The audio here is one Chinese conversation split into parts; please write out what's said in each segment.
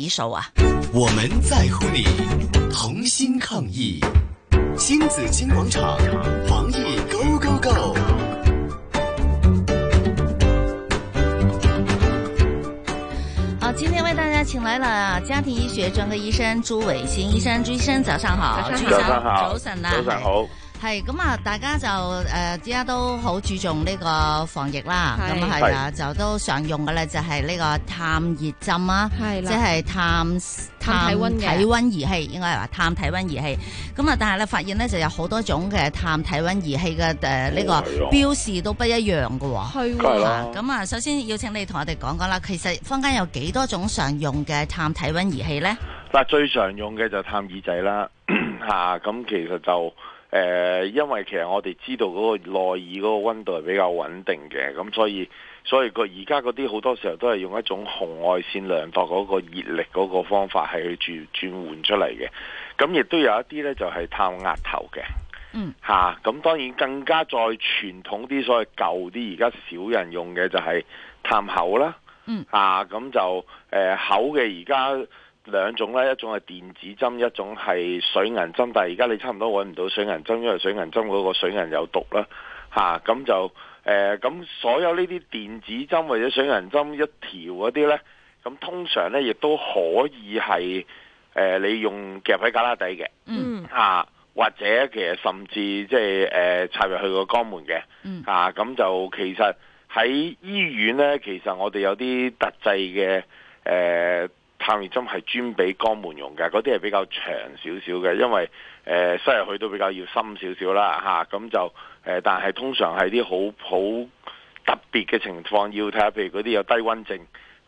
幾手啊？我們在乎你，同心抗疫。新紫荊廣場防疫 Go Go Go。好，啊今天為大家請來了家庭醫學專科醫生朱偉星醫生，朱醫生早上好，早朱醫上生好早晨啊，早晨好。係咁啊！大家就誒，而家都好注重呢個防疫啦。係咁啊係啊，就都常用嘅咧，就係呢個探熱針啊，係啦即係探探體溫嘅體温儀器，應該係話探體温儀器。咁啊，但係咧發現咧就有好多種嘅探體温儀器嘅誒呢哦個係啊標示都不一樣嘅喎。係梗係喎，啦咁啊，首先要請你同我哋講講啦，其實坊間有幾多種常用嘅探體温儀器咧？嗱，最常用嘅就探耳仔啦， 嚇咁、其實就誒、呃因為其實我哋知道嗰個內耳嗰個温度係比較穩定嘅，咁所以所以個而家嗰啲好多時候都係用一種紅外線量度嗰個熱力嗰個方法係去轉轉換出嚟嘅，咁亦都有一啲咧就係、探額頭嘅。嗯，嚇咁、當然更加再傳統啲，所謂舊啲，而家少人用嘅就係探口啦。嗯，啊咁就誒、呃口嘅而家兩種啦，一種係電子針，一種係水銀針。但係而家你差唔多揾唔到水銀針，因為水銀針嗰個水銀有毒啦。嚇、咁就誒咁、所有呢啲電子針或者水銀針一條嗰啲呢，咁通常呢亦都可以係誒、呃你用夾喺旮旯底嘅。嗯啊，或者其實甚至即係誒插入去個肛門嘅，嗯啊咁就其實喺醫院呢，其實我哋有啲特製嘅誒、呃探熱針係專俾肛門用嘅，嗰啲係比較長少少嘅，因為誒塞入去都比較要深少少啦嚇，咁、就誒、呃但係通常係啲好好特別嘅情況，要睇下譬如嗰啲有低温症，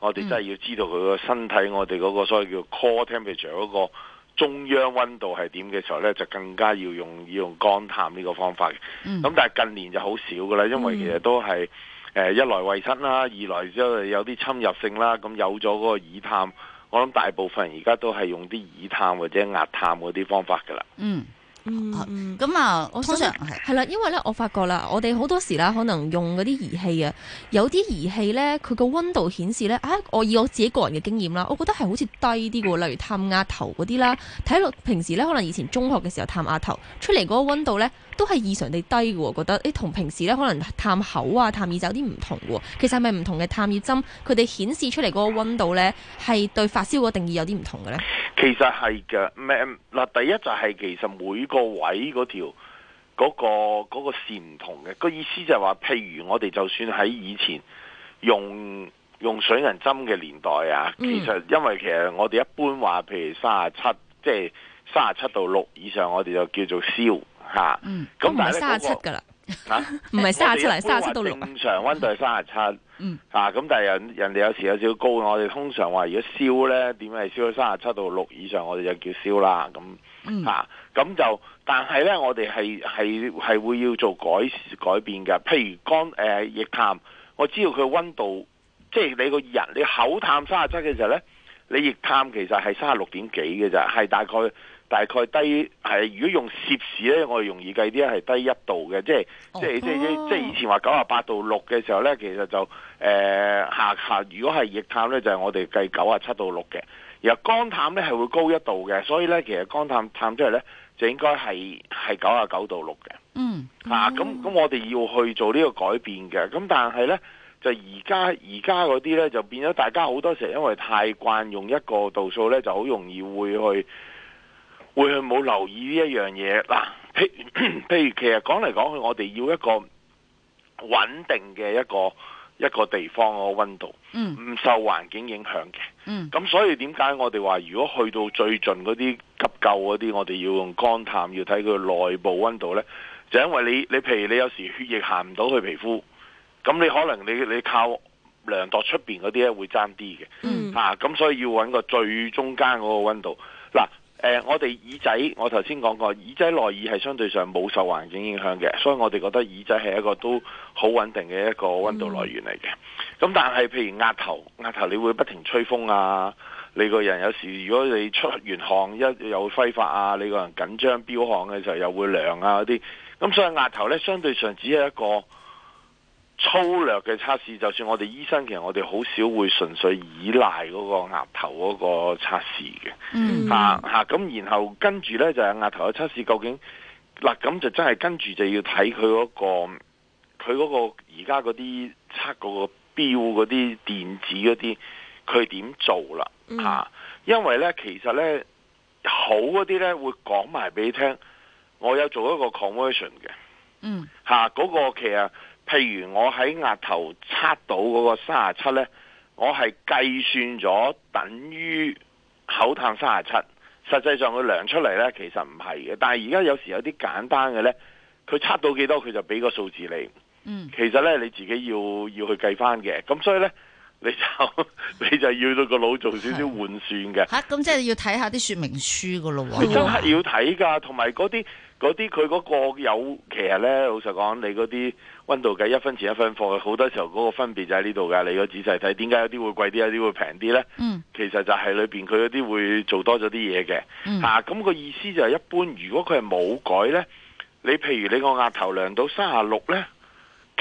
我哋真係要知道佢個身體，我哋嗰個所謂叫 core temperature 嗰個中央温度係點嘅時候呢，就更加要用要用乾探呢個方法嘅。嗯咁但係近年就好少噶啦，因為其實都係誒、呃一來衞生啦，二來之後有啲侵入性啦，咁有咗嗰個耳探，我諗大部分人而家都係用啲耳探或者額探嗰啲方法噶啦。嗯，嗯嗯。咁啊，我通想常係係啦，因為咧，我發覺啦，我哋好多時啦，可能用嗰啲儀器啊，有啲儀器咧，佢個温度顯示咧，啊，我以我自己個人嘅經驗啦，我覺得係好似低啲嘅喎，例如探額頭嗰啲啦，睇落平時咧，可能以前中學嘅時候探額頭出嚟嗰個温度咧，都係異常地低嘅喎，覺得誒同平時咧可能探口啊、探耳仔有啲唔同嘅喎，其實係咪唔同嘅探熱針佢哋顯示出嚟嗰個温度咧，係對發燒嗰個定義有啲唔同嘅咧？其實係嘅，咩嗱？第一就係其實每個位嗰條嗰個嗰個線唔同嘅，個意思就係話，譬如我哋就算喺以前用用水銀針嘅年代啊，嗯其實因為其實我哋一般話，譬如三十七，即係三十七度六以上，我哋就叫做燒嚇。嗯都咁唔係但係三十呢七㗎啦，嗰個嚇唔係三十七我哋嚟，一般三十話七到六啊。正常温度係三十七。嗯啊，咁但係人人哋有時有少少高，我哋通常話如果燒呢，點係燒到三十七度六以上，我哋就叫燒啦。咁嗯嚇，咁、就但係呢，我哋係係係會要做改改變嘅。譬如乾誒、呃液探，我知道佢温度，即係你個人你口探三十七嘅時候呢，你液探其實係三十六點幾嘅咋，係大概大概低係。如果用攝氏呢，我哋容易計啲係低一度嘅，即係。即係即係即係以前話九啊八度六嘅時候咧，其實就誒、呃下下，如果係液探咧，就係、我哋計九啊七度六嘅。然後乾探咧係會高一度嘅，所以咧其實乾探探出嚟咧就應該係係九啊九度六嘅。嗯啊，咁咁我哋要去做呢個改變嘅，咁但係呢，就而家而家嗰啲呢，就變咗大家好多時候因為太慣用一個度數呢，就好容易會去會去冇留意呢一樣嘢。嗱、譬譬如其實講嚟講去，我哋要一個穩定嘅一個一個地方個温度，嗯唔受環境影響嘅。嗯咁所以點解我哋話如果去到最盡嗰啲急救嗰啲，我哋要用乾探，要睇佢內部温度呢？就因為你你譬如你有時血液行唔到去皮膚，咁你可能你你靠量度出邊嗰啲咧會爭啲嘅。嗯啊，咁所以要揾個最中間嗰個温度。嗱，誒、我哋耳仔，我頭先講過，耳仔內耳係相對上冇受環境影響嘅，所以我哋覺得耳仔係一個都好穩定嘅一個温度來源嚟嘅。咁、但係譬如額頭，額頭你會不停吹風啊，你個人有時如果你出完汗一有揮發啊，你個人緊張飆汗嘅時候又會涼啊嗰啲，咁所以額頭呢，相對上只係一個。粗略嘅測試，就算我哋醫生，其實我哋好少會純粹依賴嗰個額頭嗰個測試嘅。嗯吓吓咁，然後跟住呢，就係額頭嘅測試，究竟嗱咁就真係跟住就要睇佢嗰個佢嗰個而家嗰啲測嗰個錶嗰啲電子嗰啲，佢點做啦嗯吓、啊因為呢，其實呢，好嗰啲呢會講埋俾你聽，我有做一個 conversion 嘅嗯吓，嗰、個其實譬如我喺額頭測到嗰個三十七呢，我係計算咗等於。口探三十七，實際上佢量出嚟呢，其實唔係嘅。但係而家有時有啲簡單嘅呢，佢測到幾多佢就俾個數字你。嗯其實呢，你自己要要去計翻嘅。咁所以呢，你就 你就要到個腦做少少換算嘅。吓咁即係要睇下啲說明書噶咯你真喎。係要睇㗎，同埋嗰啲嗰啲佢嗰個有，其實呢，老實講，你嗰啲温度計一分錢一分貨，好多時候嗰個分別就喺呢度㗎。你個仔細睇，點解有啲會貴啲，有啲會平啲呢？嗯其實就係裏邊佢嗰啲會做多咗啲嘢嘅。嗯吓，咁、個意思就係一般，如果佢係冇改呢，你譬如你個額頭量到三十六呢，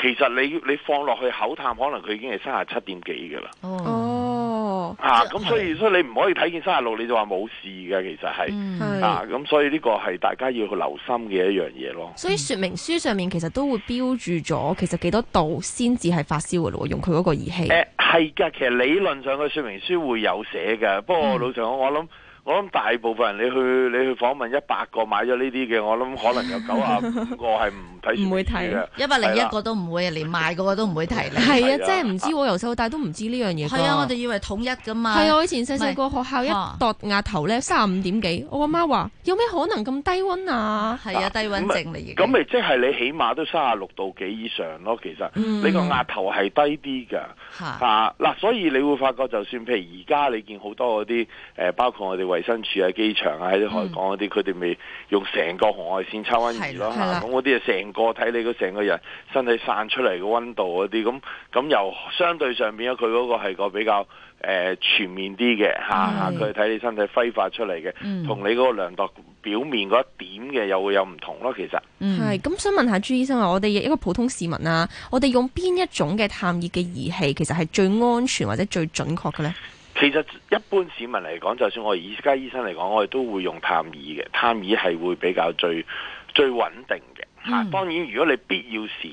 其實你你放落去口探，可能佢已經係三十七點幾噶啦。嗯哦哦，啊，即係咁所以所以你唔可以睇見三十六你就話冇事嘅，其實係、嗯係啊，咁所以呢個係大家要去留心嘅一樣嘢咯。所以說明書上面其實都會標注咗，其實幾多度先至係發燒嘅咯喎，用佢嗰個儀嗯器。誒係㗎，其實理論上嘅說明書會有寫㗎。不過嗯老實講，我諗我諗大部分人你去你去訪問一百個買咗呢啲嘅，我 諗可能有九啊五個係唔睇說唔會睇明書嘅。一百零係一啦個都唔會，連賣嗰個都唔會提你。係啊，係啊真係唔知喎，由細到大都唔知呢樣嘢㗎。係啊，我哋以為統一噶嘛。係啊，我以前細細個學校一啊度額頭咧三十五點幾，我阿媽話有咩可能咁低温啊？係啊，低溫症嚟嘅。咁咪即係你起碼都三十六度幾以上咯，其實嗯你個額頭係低啲㗎吓，嚇啊嗱，所以你會發覺就算譬如而家你見好多嗰啲誒，包括我哋衛生署啊、機場啊、喺啲海港嗰啲，佢哋咪用成個紅外線測温儀嗯咯係啦係啦嚇，咁嗰啲係成個睇你個成個人身體散出嚟嘅温度嗰啲，咁咁又相對上邊咧，啊佢嗰個係個比較誒、呃全面啲嘅嚇嚇，係佢係睇你身體揮發出嚟嘅，嗯同你嗰個量度表面嗰一點嘅又會有唔同咯，其實。嗯係，咁想問下朱醫生啊，我哋一個普通市民啊，我哋用邊一種嘅探熱嘅儀器，其實係最安全或者最準確嘅咧？其實一般市民嚟講，就算我而家醫生嚟講，我哋都會用探耳嘅，探耳係會比較最最穩定嘅嚇。嗯當然，如果你必要時，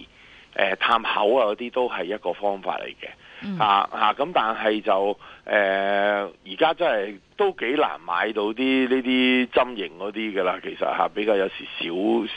誒、探口啊嗰啲都係一個方法嚟嘅。嗯啊啊咁，但係就誒而家真係都幾難買到啲呢啲針型嗰啲㗎啦，其實嚇、比較有時少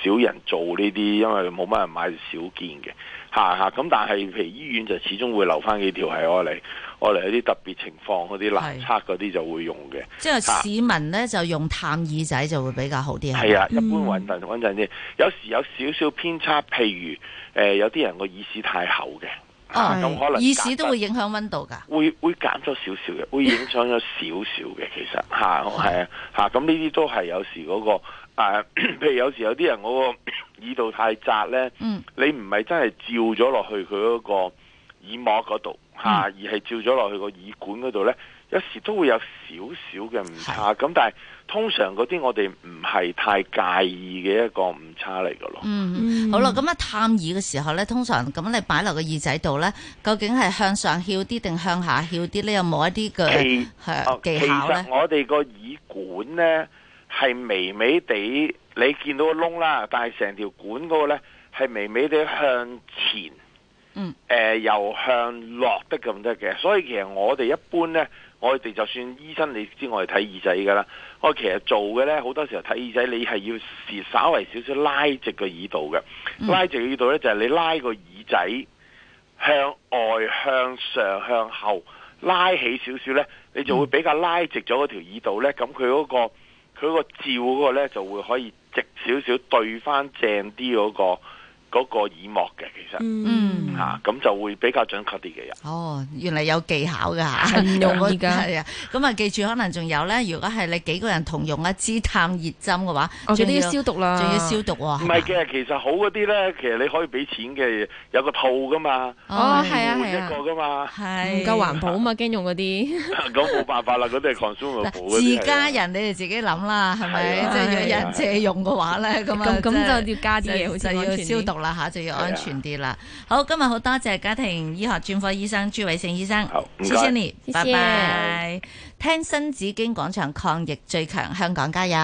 少人做呢啲，因為冇乜人買，少見嘅嚇嚇。咁、但係譬如醫院就始終會留翻幾條係我嚟我嚟一啲特別情況嗰啲難係測嗰啲就會用嘅。即係市民咧就用探耳仔就會比較好啲。係啊，啊，一般穩陣穩陣啲。有時有少少偏差，譬如誒、呃有啲人個耳屎太厚嘅，嚇哦咁、可能耳屎隔都得會影響温度㗎。會會減咗少少嘅，會影響咗少少嘅，其實嚇係啊嚇，咁呢啲都係有時嗰、個、啊 譬如有時有啲人嗰個 耳道太窄咧，嗯你唔係真係照咗落去佢嗰個耳膜嗰度嚇，而係照咗落去個耳管嗰度咧，有時都會有少少嘅誤差，咁但係通常嗰啲我哋唔係太介意嘅一個誤差嚟嘅咯。嗯。嗯好啦，咁啊探耳嘅時候咧，通常咁你擺落個耳仔度咧，究竟係向上翹啲定向下翹啲咧？有冇一啲嘅其係技巧哦其實咧？我哋個耳管咧係微微地，你見到個窿啦，但係成條管嗰個咧係微微地向前，嗯，誒、又向落得咁得嘅。所以其實我哋一般咧，我哋就算醫生你知我哋睇耳仔噶啦，我其實做嘅咧好多時候睇耳仔，你係要時稍為少少拉直個耳道嘅，嗯拉直個耳道咧就係、你拉個耳仔。向外、向上、向後拉起少少呢，你就會比較拉直咗嗰條耳道呢。咁佢嗰個佢嗰個照嗰個呢，就會可以直少少對翻正啲嗰、個嗰、個耳膜嘅，其實嗯嚇咁、就會比較準確啲嘅。哦，原嚟有技巧噶，係唔容易 㗎係啊，咁啊，記住可能仲有咧，如果係你幾個人同用一支探熱針嘅話，我哋都仲哦要消毒啊啦，仲要消毒喎。唔係嘅，其實好嗰啲呢，其實你可以俾錢嘅，有個套噶嘛，哦，係啊，換係一啊個，噶嘛， 係唔夠環保啊嘛，驚用嗰啲。咁冇辦法啦，嗰啲係 consumable 嗰自啲係啊家人你哋自己諗啦，係咪？係啊即係係啊有人借用嘅話咧，咁啊咁咁就要加啲即嘢，好似係就安要全消啲毒讀啦吓，就要安係啊全啲啦。好，今日好多謝家庭醫學專科醫生朱偉盛醫生，好唔該謝謝你，謝拜謝拜。聽新紫荊廣場抗疫最強，香港加油！